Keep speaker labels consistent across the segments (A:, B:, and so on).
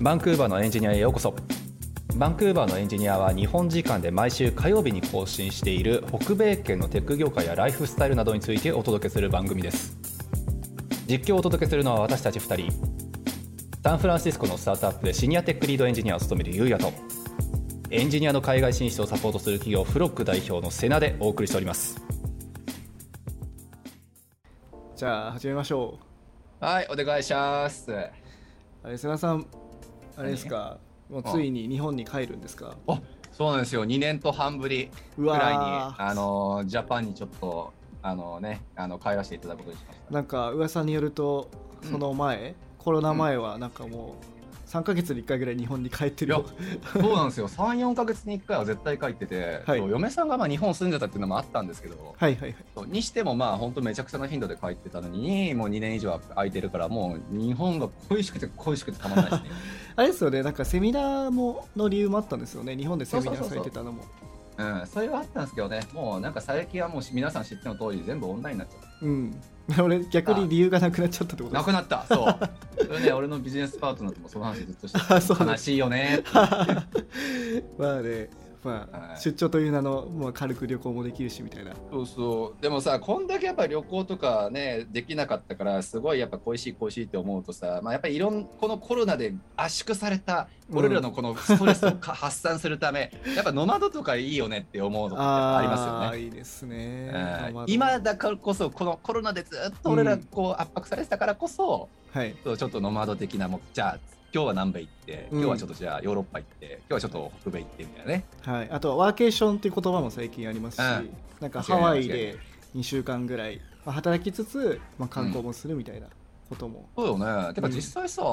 A: バンクーバーのエンジニアへようこそバンクーバーのエンジニアは日本時間で毎週火曜日に更新している北米圏のテック業界やライフスタイルなどについてお届けする番組です実況をお届けするのは私たち2人サンフランシスコのスタートアップでシニアテックリードエンジニアを務めるゆうやとエンジニアの海外進出をサポートする企業フロック代表のセナでお送りしております
B: じゃあ始めましょ
A: はいお願いします
B: うあれ瀬名さんあれですかもうついに日本に帰るんですか
C: あそうなんですよ2年と半ぶり
B: う
C: ぐらいに
B: わー
C: あのジャパンにちょっとあのねあの帰らせていただくことにしました
B: なんか噂によると
C: うん
B: その前、コロナ前はなんかもう3ヶ月に1回ぐらい日本に帰ってるよ
C: そうなんですよ34か月に1回は絶対帰ってて、
B: はい
C: そう嫁さんがまあ日本住んでたっていうのもあったんですけど
B: はいはいはい
C: そうにしてもまあ本当めちゃくちゃな頻度で帰ってたのにもう2年以上は空いてるからもう日本が恋しくて恋しくてたまらない ですね
B: あれですよねなんかセミナーもの理由もあったんですよね日本でセミナーされてたのも
C: うんそれはあったんですけどねもうなんか最近はもう皆さん知っての通り全部オンラインになっちゃった
B: うん俺逆に理由がなくなっちゃったってこと
C: なくなったそうそれね俺のビジネスパートナーともその話ずっとして
B: あ そう
C: た悲しいよねって
B: まあねまあ、
C: はい
B: 出張という名の、まあ、軽く旅行もできるしみたいな
C: そうそうでもさこんだけやっぱ旅行とかねできなかったからすごいやっぱ恋しい恋しいって思うとさ、まあ、やっぱりいろんこのコロナで圧縮された俺らのこのストレスをか発散するためやっぱノマドとかいいよねって思うの
B: あ
C: ありますよ
B: ー
C: ね。
B: いいですね
C: うん
B: まあ
C: 今だからこそこのコロナでずっと俺らこう圧迫されてたからこそ、
B: はい
C: そうちょっとノマド的なもんじゃあ今日は南米行って
B: うん
C: 今日はちょっとじゃあヨーロッパ行って今日はちょっと北米行ってみたいなね
B: はい、あとはワーケーションっていう言葉も最近ありますし、
C: うん
B: なんかハ
C: 間違いない
B: ワイ
C: 間違い
B: で2週間ぐらい、まあ、働きつつ、まあ、観光もするみたいなことも、
C: そうよね。てか
B: うん
C: 実際さ、あ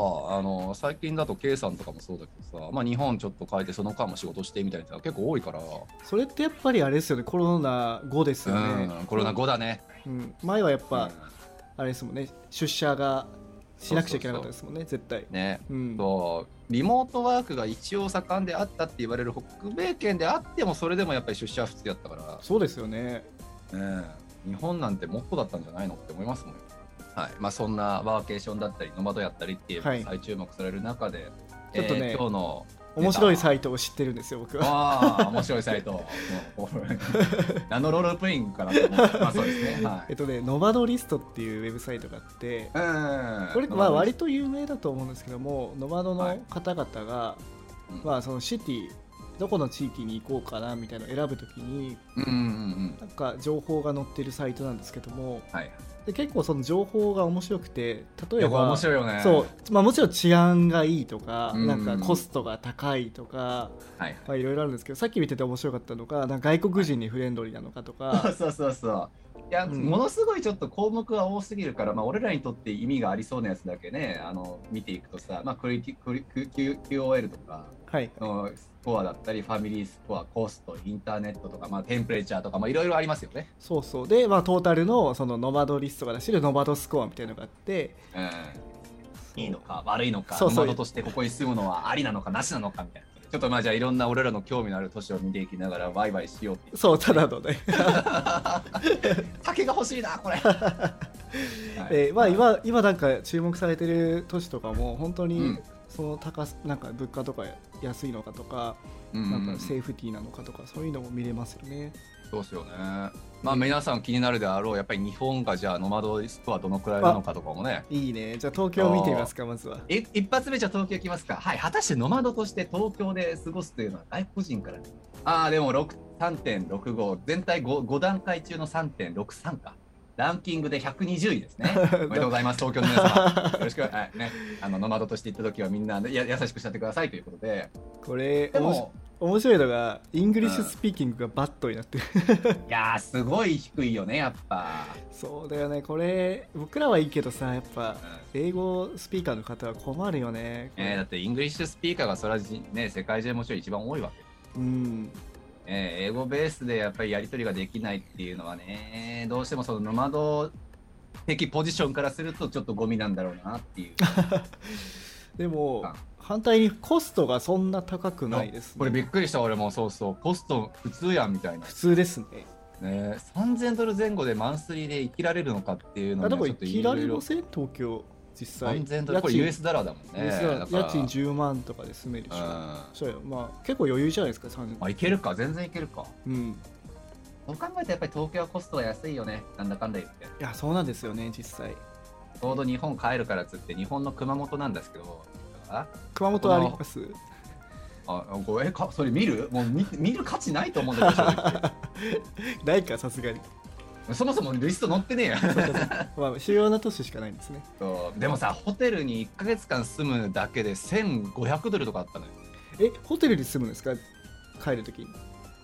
C: の最近だと K さんとかもそうだけどさ、まあ、日本ちょっと変えてその間も仕事してみたいなの結構多いから、
B: それってやっぱりあれですよねコロナ後ですよね、
C: うんコロナ後だね。
B: うん前はやっぱ、
C: う
B: あれですもんね出社がしなくちゃいけなかったですもんね絶対
C: んね
B: うん
C: そうリモートワークが一応盛んであったって言われる北米圏であってもそれでもやっぱり出社は普通だったか
B: そうですよね
C: ら、ね、日本なんてもっとだったんじゃないのって思いますもん。はいまあ、そんなワーケーションだったりノマドやったりっていうの
B: はい
C: が再注目される中で、
B: ちょっとね
C: えー今日の
B: 面白いサイトを知ってるんですよ僕は
C: ああ、面白いサイト。 ナノロールプレイングかなと思って。まあそうですね。は
B: え
C: い
B: っ。とねノマドリストっていうウェブサイトがあって
C: うん
B: これは割
C: と、
B: と有名だと思うんですけどもノマドの方々が、
C: うん
B: まあ、そのシティどこの地域に行こうかなみたいなのを選ぶときに
C: うんうんうん。
B: なんか情報が載ってるサイトなんですけども
C: はい。
B: で結構その情報が面白くて
C: い
B: 例え
C: やこれ
B: ば
C: 面白いよね。
B: そうまあ、もちろん治安がいいとか
C: うん
B: なんかコストが高いとか
C: はい。
B: まあいろいろあるんですけどさっき見てて面白かったのがなんか外国人にフレンドリーなのかとか
C: そうそうそう。いや、
B: うん
C: ものすごいちょっと項目が多すぎるから、まあ、俺らにとって意味がありそうなやつだけね、あの見ていくとさ、まあ、クリティクリ Q- QOL とか
B: はい
C: のスコアだったり、ファミリースコア、コスト、インターネットとか、まあ、テンプレチャーとか、まあ、いろいろありますよね。
B: そうそうで、まあ、トータルのそのノマドリストが出してるノマドスコアみたいなのがあって
C: うん。いいのか悪いのか、
B: そうそう
C: ノマドとしてここに住むのはありなのかなしなのかみたいな。ちょっとまあじゃあいろんな俺らの興味のある都市を見ていきながらワイワイしようっていう。
B: そうただのね
C: 竹が欲しいな、 これ。はい
B: えーまあ、今今なんか注目されてる都市とかも本当
C: う
B: に
C: ん
B: その高すなんか物価とか安いのかとか、
C: うんうんうん
B: なんかセーフティーなのかとかそういうのも見れますよね。
C: そうですよね。まあ皆さん気になるであろう、やっぱり日本がじゃあノマドリストはどのくらいなのかとかもね。
B: いいねじゃあ東京を見てみますかまずは。
C: い一発目じゃあ東京行きますか。はい、果たしてノマドとして東京で過ごすというのは外国人から、ああ、でも6 3.65、全体 5, 5段階中の3.63か。ランキングで120位ですね。おめでとうございます、東京の皆様。よろしく、はいね、あのノマドとして行った時はみんな、ね、や優しくしちゃってくださいということで。
B: これ
C: で
B: おもし
C: も、
B: 面白いのがイングリッシュスピーキングがバットになってる。
C: いやー、すごい低いよね、やっぱ。
B: そうだよねこれ僕らはいいけどさやっぱ
C: うん
B: 英語スピーカーの方は困るよね。
C: えーだってイングリッシュスピーカーがそれはじね世界中でもちろん一番多いわけ、
B: うん
C: えー英語ベースでやっぱりやり取りができないっていうのはねどうしてもそのノマド的ポジションからするとちょっとゴミなんだろうなっていう
B: でも
C: あ
B: 反対にコストがそんな高くないです
C: これび
B: ね。
C: っくりした俺もそうそうコスト普通やんみたいな
B: 普、通ですね。
C: ね、3000ドル前後でマンスリーで生きられるのかっていうの
B: あ
C: は
B: で
C: ね
B: も
C: ちょ
B: 生
C: っと
B: き
C: い
B: ら
C: ろ
B: れ
C: いろ
B: ません東京実際
C: 完全とこれ US ダラーだもんね
B: US だ
C: だから
B: 家賃10万とかで住めるでし
C: うん
B: ょ
C: ま
B: そうよまあ結構余裕じゃないですか30
C: あいけるか全然いけるか
B: うん
C: そう考えたらやっぱり東京はコストが安いよねなんだかんだ言って
B: いやそうなんですよね実際
C: ちょうど日本帰るからっつって日本の熊本なんですけどあ
B: 熊本あります
C: あごえかそれ見るもう見見る価値ないと思うんだけど正直
B: ないかさすがに、
C: そもそもリスト載ってねえや
B: まあ、主要な都市しかないんですね
C: そうでもさホテルに1ヶ月間住むだけで1500ドルとかあったのよ
B: えホテルに住むんですか帰るときに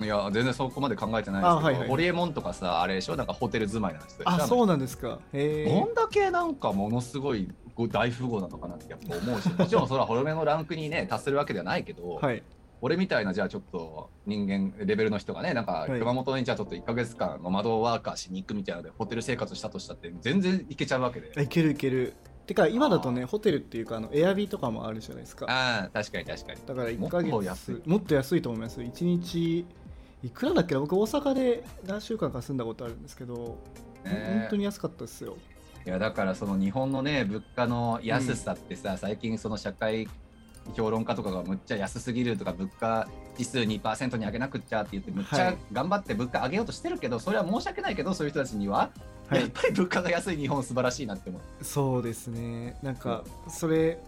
C: いや全然そこまで考えてないですけど、
B: あはいはいはい
C: ホリエモンとかさあれでしょなんかホテル住まいなんですよ
B: あそう
C: う
B: なんですかへ
C: どんだけなんかものすごいご大富豪なのかなってやっぱ思うしもちろんそれはホリエモンのランクにね達するわけではないけど、
B: えはい
C: 俺みたいなじゃあちょっと人間レベルの人がねなんか
B: はい
C: 熊本にじゃあちょっと1ヶ月間の窓ワーカーしに行くみたいなのでホテル生活したとしたって全然行けちゃうわけで。
B: あいけるいけるてか今だとねホテルっていうかあのエアビーとかもあるじゃないですか
C: ああ確かに確かに。
B: だから1ヶ月
C: もっと安い
B: もっと安いと思います1日いくらだっけな僕大阪で何週間か住んだことあるんですけど、
C: ね
B: 本当に安かったですよ
C: いやだからその日本のね物価の安さってさ、最近その社会評論家とかがむっちゃ安すぎるとか物価指数2%に上げなくっちゃって言ってむっち
B: は
C: ゃ
B: い
C: 頑張って物価上げようとしてるけど、それは申し訳ないけどそういう人たちには、
B: は
C: やっ
B: い
C: ぱり物価が安い日本素晴らしいなって思う。
B: そうですねなんかそれ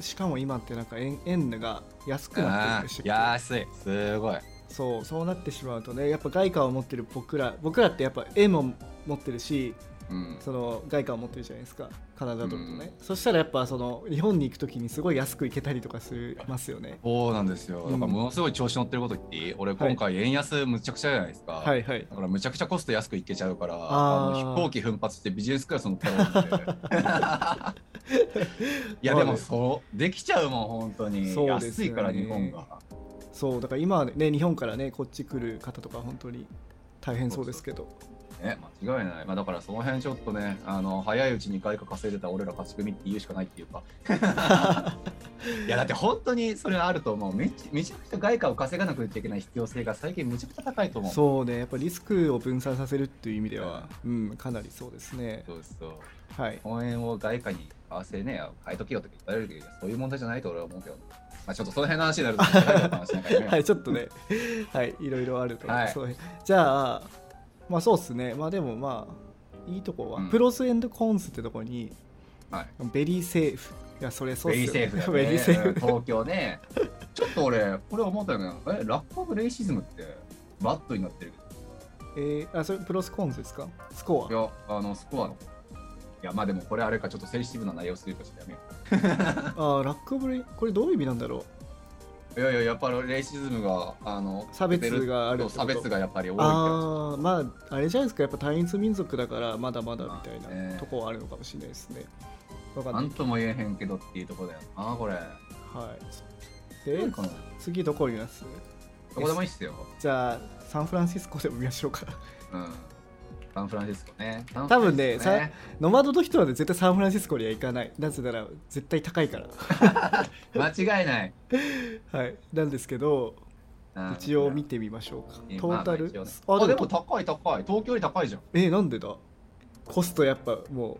B: しかも今ってなんか円円が安くなってるでしたっけ
C: 安いすごい。
B: そうそうなってしまうとねやっぱ外貨を持ってる僕ら僕らってやっぱ円も持ってるし
C: うん
B: その外貨を持ってるじゃないですかカナダドルとね、そしたらやっぱその日本に行く時にすごい安く行けたりとかしますよね
C: そうなんですよ。だ
B: うん
C: からものすごい調子乗ってること言っていい、俺今回円安むちゃくちゃじゃないですか。
B: はいはい
C: だからむちゃくちゃコスト安くいけちゃうから、
B: あ
C: あ
B: ー
C: の飛行機奮発してビジネスクラス乗ったら いやでもそうできちゃうもん本当に、
B: そうです
C: 安
B: よね
C: いから日本が
B: そうだから今はね日本からねこっち来る方とか本当に大変そうですけど
C: ね間違いない。まあだからその辺ちょっとねあの早いうちに外貨稼いでた俺ら勝ち組って言うしかないっていう か。いやだって本当にそれはあると思うめちめちゃくちゃ外貨を稼がなくちゃいけない必要性が最近むちゃくちゃ高いと思う
B: そうねやっぱリスクを分散させるっていう意味では、うん、かなりそうですね
C: そうそう
B: はい
C: 応援を外貨に合わせね、変えとけよとか言われるけど、いやそういう問題じゃないと俺は思うけど、まあ、ちょっとその辺の話になると、外貨の話 なんかね、
B: はい、ちょっとね、 はい、いろいろあると、
C: はい
B: そうじゃあ、まあそうっすね、まあでもまあ、いいとこは、
C: うん
B: プロスエンドコンスってとこに、
C: はい
B: ベリーセーフ。いや、それそう
C: ベ
B: っす
C: リーセー
B: よ、
C: フだよ
B: ベリーセー
C: ね
B: フ。、
C: 東京ね、ちょっと俺、これ思ったよね、え、ラップ・オブ・レイシズムって、バットになってるけ
B: えー、あ、それプロスコンスですかスコア。
C: ど、いや、あの、スコアの、いや、まあでもこれあれか、ちょっとセンシティブな内容するかちょっとやめよ
B: あーラックオブレイ、これどういう意味なんだろ
C: う。いやいや、やっぱりレイシズムが、あの、
B: 差別があるってこと。
C: そう差別がやっぱり多いうってや
B: ああ、まあ、あれじゃないですか、やっぱ単一民族だから、まだまだみたい
C: まあ
B: な
C: ね
B: とこはあるのかもしれないですね。わか
C: つ
B: ん
C: な
B: な
C: ん
B: い
C: とも言えへんけどっていうとこだよな、これ。
B: はい。
C: ど
B: で
C: う、かな
B: 次どこにいます
C: どこでもいいっすよ。
B: じゃあ、サンフランシスコでも見ましょうか。
C: うん。サンフランシスコね。サンフ
B: 多
C: ラン
B: 分
C: シスコ
B: ねさノマドの人はね絶対サンフランシスコには行かないなぜなら絶対高いから
C: 間違いない。
B: はいなんですけど
C: うん
B: 一応見てみましょうか
C: え
B: トータル、
C: まあまあ一応ね
B: あ
C: あ、
B: で
C: で
B: も
C: も高い高い。東京より高いじゃん。
B: えなんでだコストやっぱも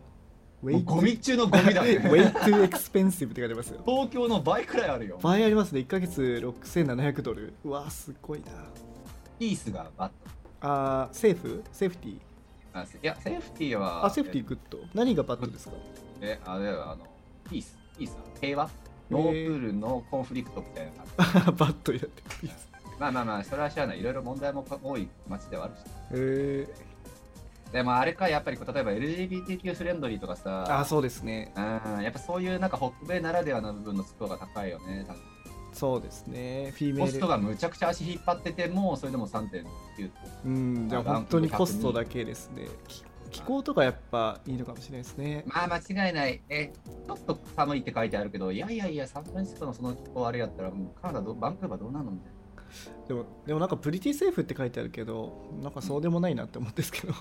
B: うウ
C: もうゴミ中のゴミだ
B: ウ
C: ね。
B: ェイトゥエクスペンシブって書いてますよ
C: 東京の倍くらいあるよ。
B: 倍ありますね1ヶ月6700ドルうわすごいな
C: ピースがバット
B: あーセーフセーフティー
C: あいや、セーフティーは。
B: あセーフティーグッド何がバッドですか
C: え、あれはあの、ピース、ピース、平和。ノープールのコンフリクトみたいな感じ。
B: バッドになってる
C: まあまあまあ、それは知らない。いろいろ問題も多い街ではあるし。
B: え
C: でもあれか、やっぱりこう例えば LGBTQ フレンドリーとか
B: ー、あ
C: さ、
B: そうですね
C: うん、やっぱそういうなんか北米ならではの部分のスコアが高いよね。多分
B: そうですねフィメ
C: コ
B: ー
C: ス
B: ル
C: トがむちゃくちゃ足引っ張ってても、それでも3.9
B: うん、じゃあ
C: まあ
B: 本当にコストだけですね。気気候とかやっぱいいのかもしれないですね。
C: まあ間違いない。え、ちょっと寒いって書いてあるけど、いやいやいや、サンフランシスコのその気候あれやったら、もうカナダど、バンクーバーどうなのみたい
B: でも、でもなんかプリティセーフって書いてあるけど、なんかそうでもないなって思うんですけど、
C: な。い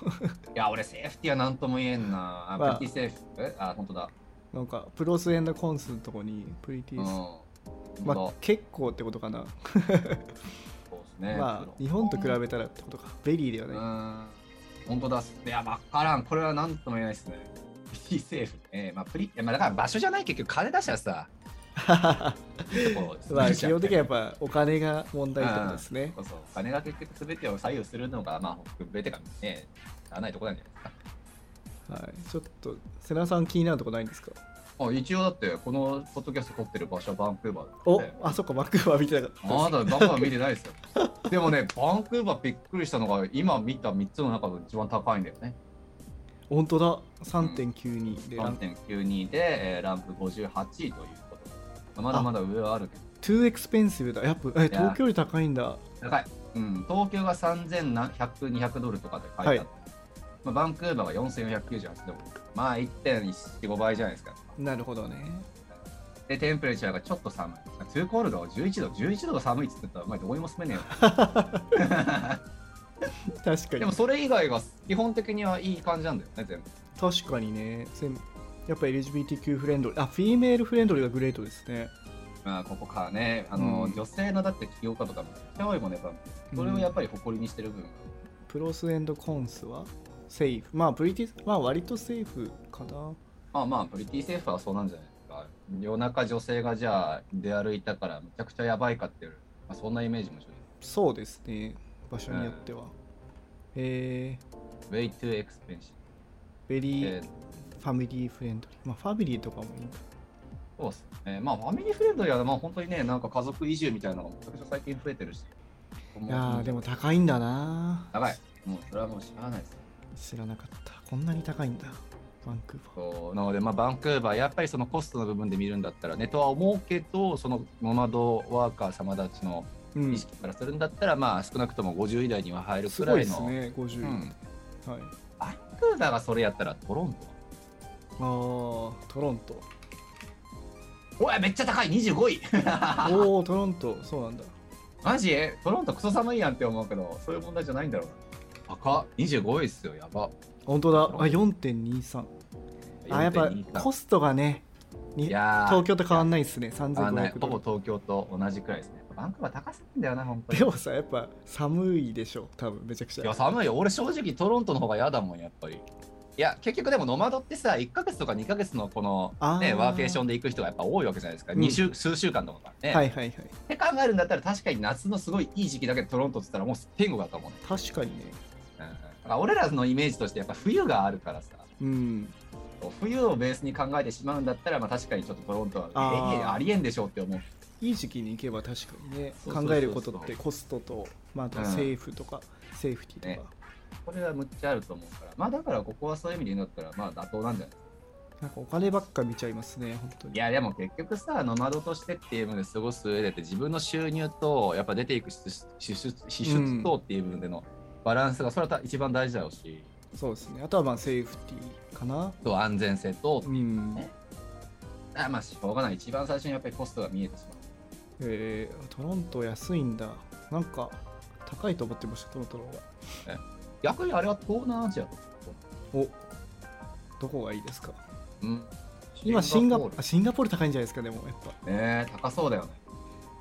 C: や、俺セーフティーはなんとも言えんな。あ、
B: まあ
C: プリティセーフ。えあ、本当だ。
B: なんかプロスエンドコンスのとこにプリテ
C: うん。
B: ィセ
C: 本
B: ま
C: 当
B: あ
C: だ
B: 結構ってことかな。
C: そうですね。
B: まあ日本と比べたらってことか。ベリーでは
C: う
B: ない。
C: ん。本当だ。いや、わからん。これはなんとも言えないですね。シーセーフ。えーまあ、プリいやまあ、だから場所じゃない結局金出したらさ、こう
B: まあ
C: 住めち
B: 基
C: ゃう
B: 本的にはやっぱお金が問題点ですね。
C: そうそうお金が結局全てを左右するのが、まあ、北米ってかね、ならないとこなんじゃないですか。
B: はい、ちょっと瀬名さん気になるとこないんですか
C: あ一応だって、このポッドキャスト撮ってる場所はバンクーバーだ
B: お、
C: って
B: あそっかバックは見てなかった
C: まだバンクーバー見てないですよ。でもね、バンクーバーびっくりしたのが、今見た3つの中で一番高いんだよね。
B: 本当だ3.92で、
C: 3.92で、えーランプ58位ということ。まだまだ上はあるけど。
B: トゥーエクスペンシブだやっぱえ
C: や
B: 東京より高いんだ
C: 高い。うん、東京が3100、200ドルとかで書いてある。
B: はい
C: まあ、バンクーバーが4498ドル。まあ1.15倍じゃないですか。
B: なるほどね
C: で、テンプレチャーがちょっと寒い。ツーコールドは11度、11度が寒いっつってたら、お前どこにも住めね
B: 確か
C: えよ。で
B: に
C: もそれ以外は基本的にはいい感じなんだよね、全部。
B: 確かにね全やっぱ LGBTQ フレンドリーあフィメールフレンドリーがグレートですね
C: まあ、ここかね、あの、
B: うん
C: 女性のだって起業家とかも、キャワイもね、やっぱそれをやっぱり誇りにしてる分、
B: プロスエンドコンスはセーフまあブリティスまあ割とセーフかな
C: まあまあ、プリティセーフはそうなんじゃないですか。夜中女性がじゃあ出歩いたから、めちゃくちゃやばいかっていう、まあ、そんなイメージも正
B: そうですね場所によっては、え
C: 直。way too expensive.
B: ー、ベリー
C: で
B: ファミリーフレンドリーまあファミリーとかもいいんだ
C: そうっすね。まあ、ファミリーフレンドリーは、まあ、本当にね、なんか家族移住みたいなのがめちゃくちゃ最近増えてるし。
B: いやーでも高いんだな
C: やばい。もうそれはもう知らないです。
B: 知らなかったこんなに高いんだバンクーバー
C: そうなので、まあ、バンクーバー、やっぱりそのコストの部分で見るんだったらね、とは思うけど、そのノマドワーカー様たちの
B: うん
C: 意識からするんだったら、まあ、少なくとも50位台には入る
B: す
C: く
B: ご
C: ら
B: い
C: い
B: です
C: の。
B: ね50、
C: うん、
B: はい
C: バンクーバーがそれやったらトロント。
B: あートロン ト
C: おい、めっちゃ高い、25位。
B: おおトロントそうなんだ
C: マジトロントクソ寒いやんって思うけど、そういう問題じゃないんだろうな。高っ、25位っすよ、やば。
B: 本当だあ4.23あやっぱ
C: 4.23
B: コストがねに
C: いやー
B: 東京と変わんないですね
C: 変わんない
B: 3500
C: ほ
B: ド
C: ぼ
B: ル
C: 東京と同じくらいですね。バンクーバー高すぎんだよな、本当に。
B: でもさやっぱ寒いでしょ多分めちゃくち
C: いや
B: ゃ
C: 寒いよ俺正直トロントの方が嫌だもんやっぱりいや結局でもノマドってさ1ヶ月とか2ヶ月のこ
B: あ
C: の、
B: ー
C: ね、ワーケーションで行く人がやっぱ多いわけじゃないですか、
B: うん
C: 二週数週間とかからね、
B: はいはいはい
C: って考えるんだったら確かに夏のすごいいい時期だけどトロントって言ったらもう天国だと思うね、
B: 確かにね
C: うんうんだから俺らのイメージとしてやっぱ冬があるからさ
B: うん
C: 冬をベースに考えてしまうんだったら、まあ、確かにちょっとトロントは
B: あー
C: えーありえんでしょうって思う
B: いい時期に行けば確かにね
C: そうそうそうそう
B: 考えることってコストと、まあ、あと
C: うん
B: セーフとか、セーフティーとか、
C: これはむっちゃあると思うからまあだからここはそういう意味で言うんだったらまあ妥当なんじゃない
B: なんかお金ばっか見ちゃいますね本当に
C: いやでも結局さ、ノマドとしてっていう部分で過ごす上でって自分の収入とやっぱ出ていく支出支出支出とっていう部分でのバランスがそれは一番大事だろうし、
B: そうですねあとはまあセーフティーかな
C: と安全性と、
B: うん
C: ねあまあしょうがない、一番最初にやっぱりコストが見えてしまう。
B: えー、トロント安いんだなんか高いと思ってましたトロントの方が
C: 逆にあれは東南アジアと、
B: おどこがいいですか
C: うん、
B: 今シンガポール
C: ル
B: あシンガポール高いんじゃないですかでもやっぱ
C: ねえ高そうだよね。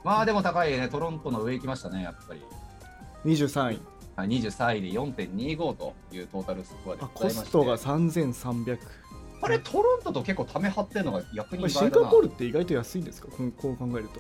C: まあでも高いね、トロントの上行きましたね、やっぱり。
B: 23位
C: はい23位で4.25というトータルスコアで
B: あ
C: ござい
B: コ
C: まして
B: ストが3300
C: あれトロントと結構ため張ってるのが逆に
B: これ
C: 意
B: シ
C: 外
B: ン
C: だな
B: ガポールって意外と安いんですかこうこう考えると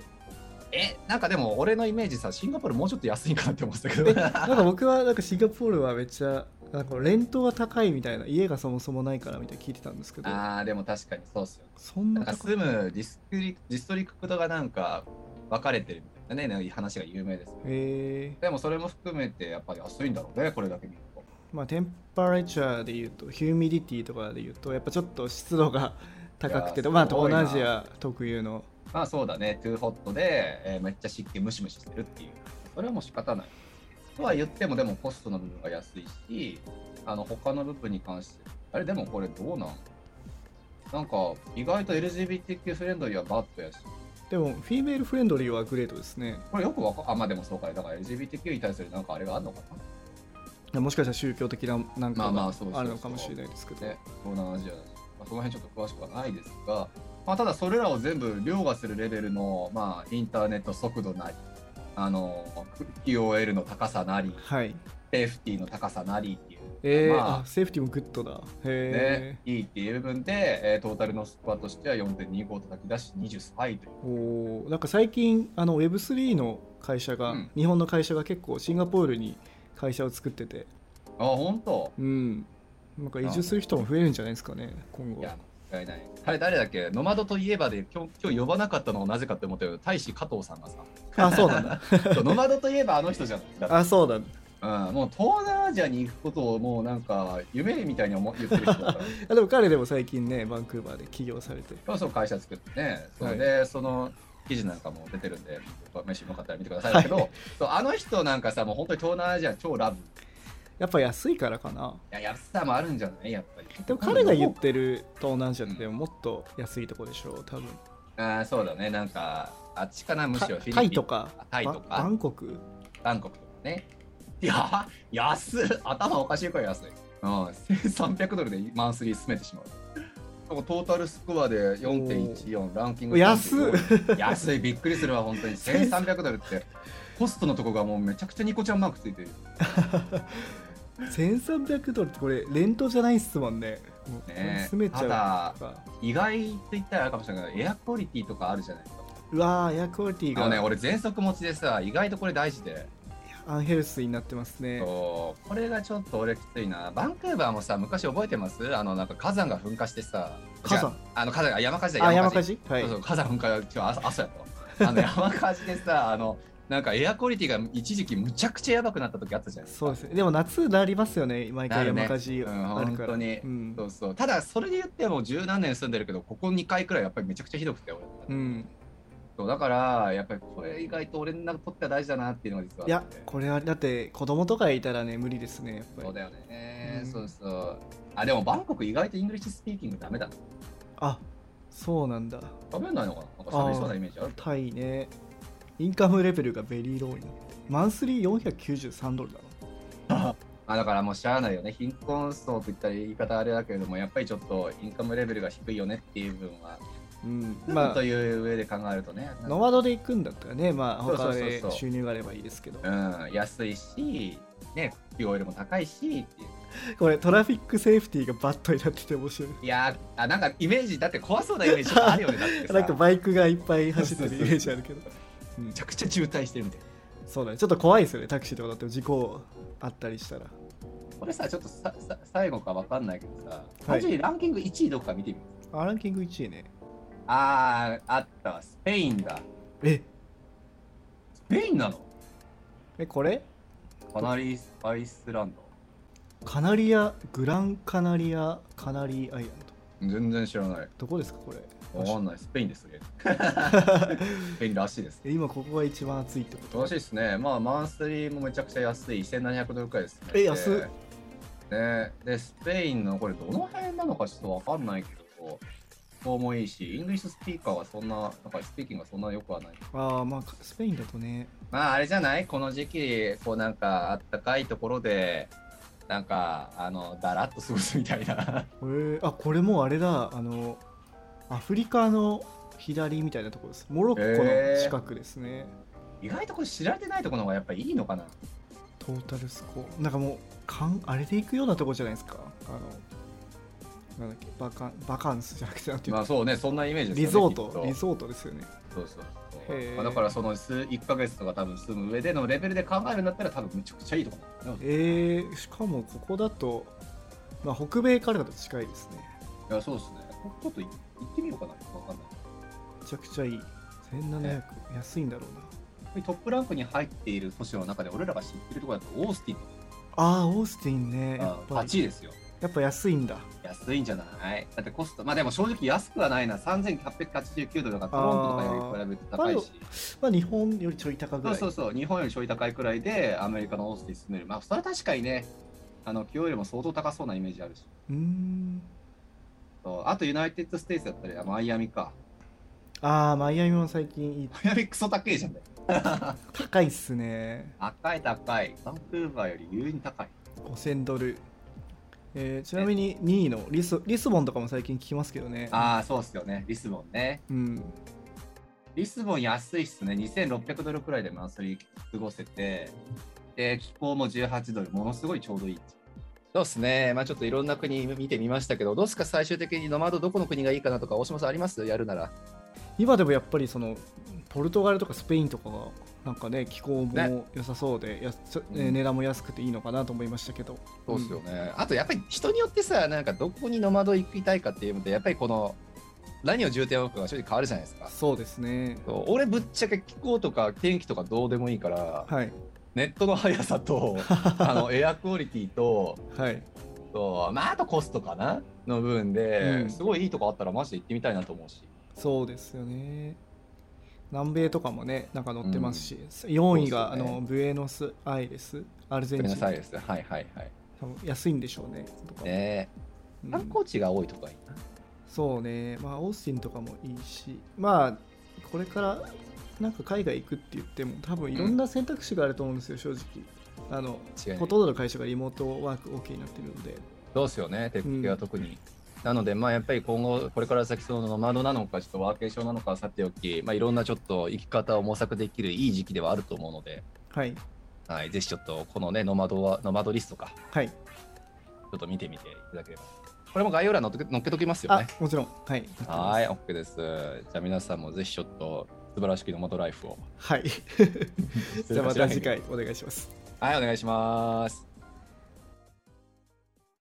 C: えなんかでも俺のイメージさシンガポールもうちょっと安いかなって思ってたけ
B: え
C: ど
B: なんか僕はなんかシンガポールはめっちゃなんかレントが高いみたいな家がそもそもないからみたいな聞いてたんですけ ど
C: あーでも確かにそうっすよ
B: そん
C: な
B: なん
C: か
B: 高
C: 住むディスクリディストリクトがなんか分かれてるみたいなねなんか話が有名です
B: え
C: でもそれも含めてやっぱり安いんだろうねこれだけ見ると
B: まあテンパレチャーで言うとヒューミディティとかで言うとやっぱちょっと湿度が高くて
C: いやー
B: まあ
C: す
B: 東
C: ごいな
B: 南アジア特有の
C: まあそうだねトゥーホットで、えーめっちゃ湿気ムシムシしてるっていうそれはもう仕方ないとは言ってもでもコストの部分が安いしあの他の部分に関してあれでもこれどうなんなんか意外と LGBTQ フレンドリーはバッドやし
B: でもフィメールフレンドリーはグレートですね
C: これよくわかあ、まあでもそうか、だから LGBTQ に対するなんかあれがあるのか
B: もしかしたら宗教的ななん
C: ま
B: か
C: あまあ
B: が
C: そうそうそう
B: あるのかもしれないですけど
C: なね、東南アジアだし、まあ、その辺ちょっと詳しくはないですが、まあ、ただそれらを全部凌駕するレベルの、まあ、インターネット速度なり、あの、QOL の高さなり、
B: はい
C: セーフティーの高さなりっていう、
B: えー
C: まあ
B: あ、セーフティーもグッドだ。へ
C: ね、いいっていう部分で、えートータルのスコアとしては4.25叩き出し23位という
B: え。おーなんか最近あの Web3 の会社が、
C: うん
B: 日本の会社が結構シンガポールに会社を作ってて、
C: あ本当
B: うん、なんか移住する人も増えるんじゃないですかね今後
C: い。や間違いないあれ誰だっけノマドといえばで今日今日呼ばなかったのはなぜかって思ったけど大使加藤さんがさ
B: あ、そうなんだ。
C: そうノマドといえばあの人じゃん
B: あ、そうだ。
C: うん、もう東南アジアに行くことをもうなんか夢みたいに思言ってる人だ から
B: あでも彼でも最近ねバンクーバーで起業されて。
C: そうそう会社作ってねそれで、その記事なんかも出てるんで飯よかったら見てくださいだけど、そうあの人なんかさもう本当に東南アジア超ラブい
B: やっぱ安いからかな。
C: や安さもあるんじゃないやっぱり
B: でも彼が言ってる東南アジアってもっと安いとこでしょう、多分。
C: あーそうだねなんかあっちかなむしろフィリピン
B: タイとか、
C: タイとか
B: ババンコク。
C: バンコクとかねいや安っ頭おかしいから安い、うん、1300ドルでマンスリー進めてしまうなんかトータルスコアで4.14ランキング
B: 安っ
C: 3.5安いびっくりするわ本当に1300ドルってホストのとこがもうめちゃくちゃニコちゃんマークついてる
B: 1300ドルってこれレントじゃないっすもんね。もう
C: ね
B: 住めち
C: た
B: ゃ
C: だ
B: うとか。
C: 意外と言ったらあれかもしれないけどエアクオリティとかあるじゃないですか
B: うわーエアクオリティ
C: あのね
B: が
C: 俺喘息持ちでさ意外とこれ大事で
B: アンヘルスになってますね。
C: そうこれがちょっと俺きついなバンクーバーもさ昔覚えてますあのなんか火山が噴火してさ
B: 火山
C: 違うあの火山が山火事だ
B: あ、
C: 山
B: 山
C: 火
B: 火
C: 事
B: 事はい
C: そう。そう火山噴火ちょ朝朝やったわあの山火事で さあのなんかエアクオリティが一時期むちゃくちゃやばくなった時あったじゃないですか
B: そうですね。でも夏になりますよね、毎回
C: なるね
B: 山火事ある
C: うん本
B: か
C: 当
B: ら。
C: に
B: うん
C: そうそうただそれで言っても十何年住んでるけどここ2回くらいやっぱりめちゃくちゃひどくて俺
B: うん。
C: そうだからやっぱりこれ意外と俺にとっては大事だなっていうのが実はい
B: や、これはだって子供とかいたらね、無理ですね、やっぱ
C: そう
B: り。
C: だよね、
B: うん
C: そうそうあでもバンコク意外とイングリッシュスピーキングダメだな
B: あ、そうなんだ。
C: 食べないのかななんか喋りそうなイメージある
B: タイね。インカムレベルがベリーローになって。マンスリー493ドルだろ。
C: あだからもうしゃあないよね貧困層といったら言い方あれだけれどもやっぱりちょっとインカムレベルが低いよねっていう部分は、
B: うん。
C: まあ、
B: ま
C: と
B: あ、
C: いう上で考えるとね
B: ノマドで行くんだったらね、まあ、
C: そうそう
B: 他
C: そう
B: で
C: そう
B: 収入があればいいですけど。
C: うん安いしね給料よりも高いしっていう
B: これ、トラフィックセーフティーがバットになってて面白い。
C: いやーあなんかイメージだって怖そうなイメージあるよねだってさ
B: なんかバイクがいっぱい走ってるイメージあるけど。
C: めちゃくちゃ渋滞してるみたいな
B: そうだね。ちょっと怖いですよね、タクシーとかだって事故あったりしたら。
C: これさちょっとささ最後かわかんないけどさ
B: はい
C: 単純にランキング1位どこか見てみる
B: あ、ランキング1位ね。
C: あーあったわスペインだ
B: え、
C: スペインなの
B: え、これ
C: カナリーアイスランド
B: カナリア、グランカナリア、カナリーアイランド。
C: 全然知らない。
B: どこですか、これ。
C: わかんない。スペインです ね。スペインらしいです。
B: え今ここが一番暑いってこと
C: 楽しいですね。まあ、マンスリーもめちゃくちゃ安い。1700ドルくらいですね。
B: え安っ
C: でね、で、スペインのこれどの辺なのかちょっとわかんないけど、気候もいいし、イングリッシュスピーカーはそんな、なんかスピーキングはそんな良くはない。
B: ああまあスペインだとね
C: まあ、あれじゃないこの時期、こうなんかあったかいところで、なんか、あの、だらっと過ごすみたい な。
B: えー、あこれもうあれだあのアフリカの左みたいなところですモロッコ
C: へー
B: の近くですね、
C: 意外とこれ知られてないところの方がやっぱいいのかな。
B: トータルスコアなんかもうかんあれで行くようなとこじゃないですかあのなんだっけバカンバカンスじゃなくてなんていう
C: ま
B: の、
C: あそうね、そんなイメージです
B: リ
C: よね。
B: ゾ
C: き
B: ー
C: っと
B: トリゾートですよね
C: そうそうそう
B: へー
C: まあだからその数1ヶ月とか多分住む上でのレベルで考えるんだったら多分むちゃくちゃいいとこなんだよね
B: えー、しかもここだと、まあ、北米からだと近いですね
C: いやそうですねちょっとい行ってみようかなわかんない
B: めちゃくちゃいい1700安いんだろうな
C: トップランクに入っている都市の中で俺らが知ってるところだとオースティン
B: ああオースティンねや
C: が
B: っぱり
C: 8位ですよ
B: やっぱ安いんだ
C: 安いんじゃないだってコストまあでも正直安くはないな3889ドルだからトロントとかより比べて高いし
B: まあ日本よりちょい高ぐ
C: そ
B: ら
C: う
B: い
C: そうそう日本よりちょい高いくらいでアメリカのオースティンに住めるまあそれは確かにねあの給料よりも相当高そうなイメージあるし
B: うーん
C: そうあとユナイテッド・ステイツだったりあマイアミか
B: ああマイアミも最近いい
C: マイアミクソ高いじゃんだよ。
B: 高いっすね
C: 高い高い。バンクーバーより優に高い。
B: 5000ドル、えーちなみに2位のリスリスボンとかも最近聞きますけどね
C: ああ、そうっすよね。リスボンね。
B: うん
C: リスボン安いっすね。2600ドルくらいでマンスリー過ごせて、で、気候も18ドル、ものすごいちょうどいい。そうですね、まあ、ちょっといろんな国見てみましたけど、どうですか、最終的にノマド、どこの国がいいかなとか、大島さん、ありますやるなら。
B: 今でもやっぱりそのポルトガルとかスペインとかがなんかね気候
C: ね
B: も良さそうで、やす
C: ん
B: ね値段も安くていいのかなと思いましたけど
C: そうですよね、あとやっぱり人によってさ、なんかどこにノマド行きたいかっていうので、やっぱりこの、何を重点を置くかが正直変わるじゃないですか。
B: そうですね
C: そう俺、ぶっちゃけ気候とか天気とかどうでもいいから、
B: はい
C: ネットの速さ と、あのエアクオリティと、
B: はい
C: とまあ、あとコストかなの部分で、
B: うん
C: すごいいいとこあったら、マジで行ってみたいなと思うし。
B: そうですよね南米とかもねなんか載ってますし、4位が、
C: そうですよね
B: あのブエノスアイレスアルゼ
C: ご
B: ン
C: めん
B: チ
C: な
B: ン
C: さいです。はいはいはい。
B: 多分安いんでしょうねとか
C: ね
B: うん
C: 観光地が多いとかいいな。
B: そうね、まあ、オースティンとかもいいし、まあ、これからなんか海外行くって言っても、多分いろんな選択肢があると思うんですよ、正直。あの
C: 違いない
B: ほとんどの会社がリモートワーク OK になってるので、
C: そうですよね、鉄系は特に。なので、まあ、やっぱり今後、これから先、そのノマドなのか、ちょっとワーケーションなのかはさておき、まあ、いろんなちょっと生き方を模索できるいい時期ではあると思うので、
B: はい、
C: はい、ぜひちょっと、このね、ノマドは、ノマドリストか、
B: はい、
C: ちょっと見てみていただければ。これも概要欄載っけ載っけときますよ
B: あ
C: ね。
B: もちろん、はい、
C: はい、OK です。じゃあ、皆さんもぜひちょっと、素晴らしきノマドライフを。
B: はい、じゃあまた次回お願いします。
C: はい、お願いします。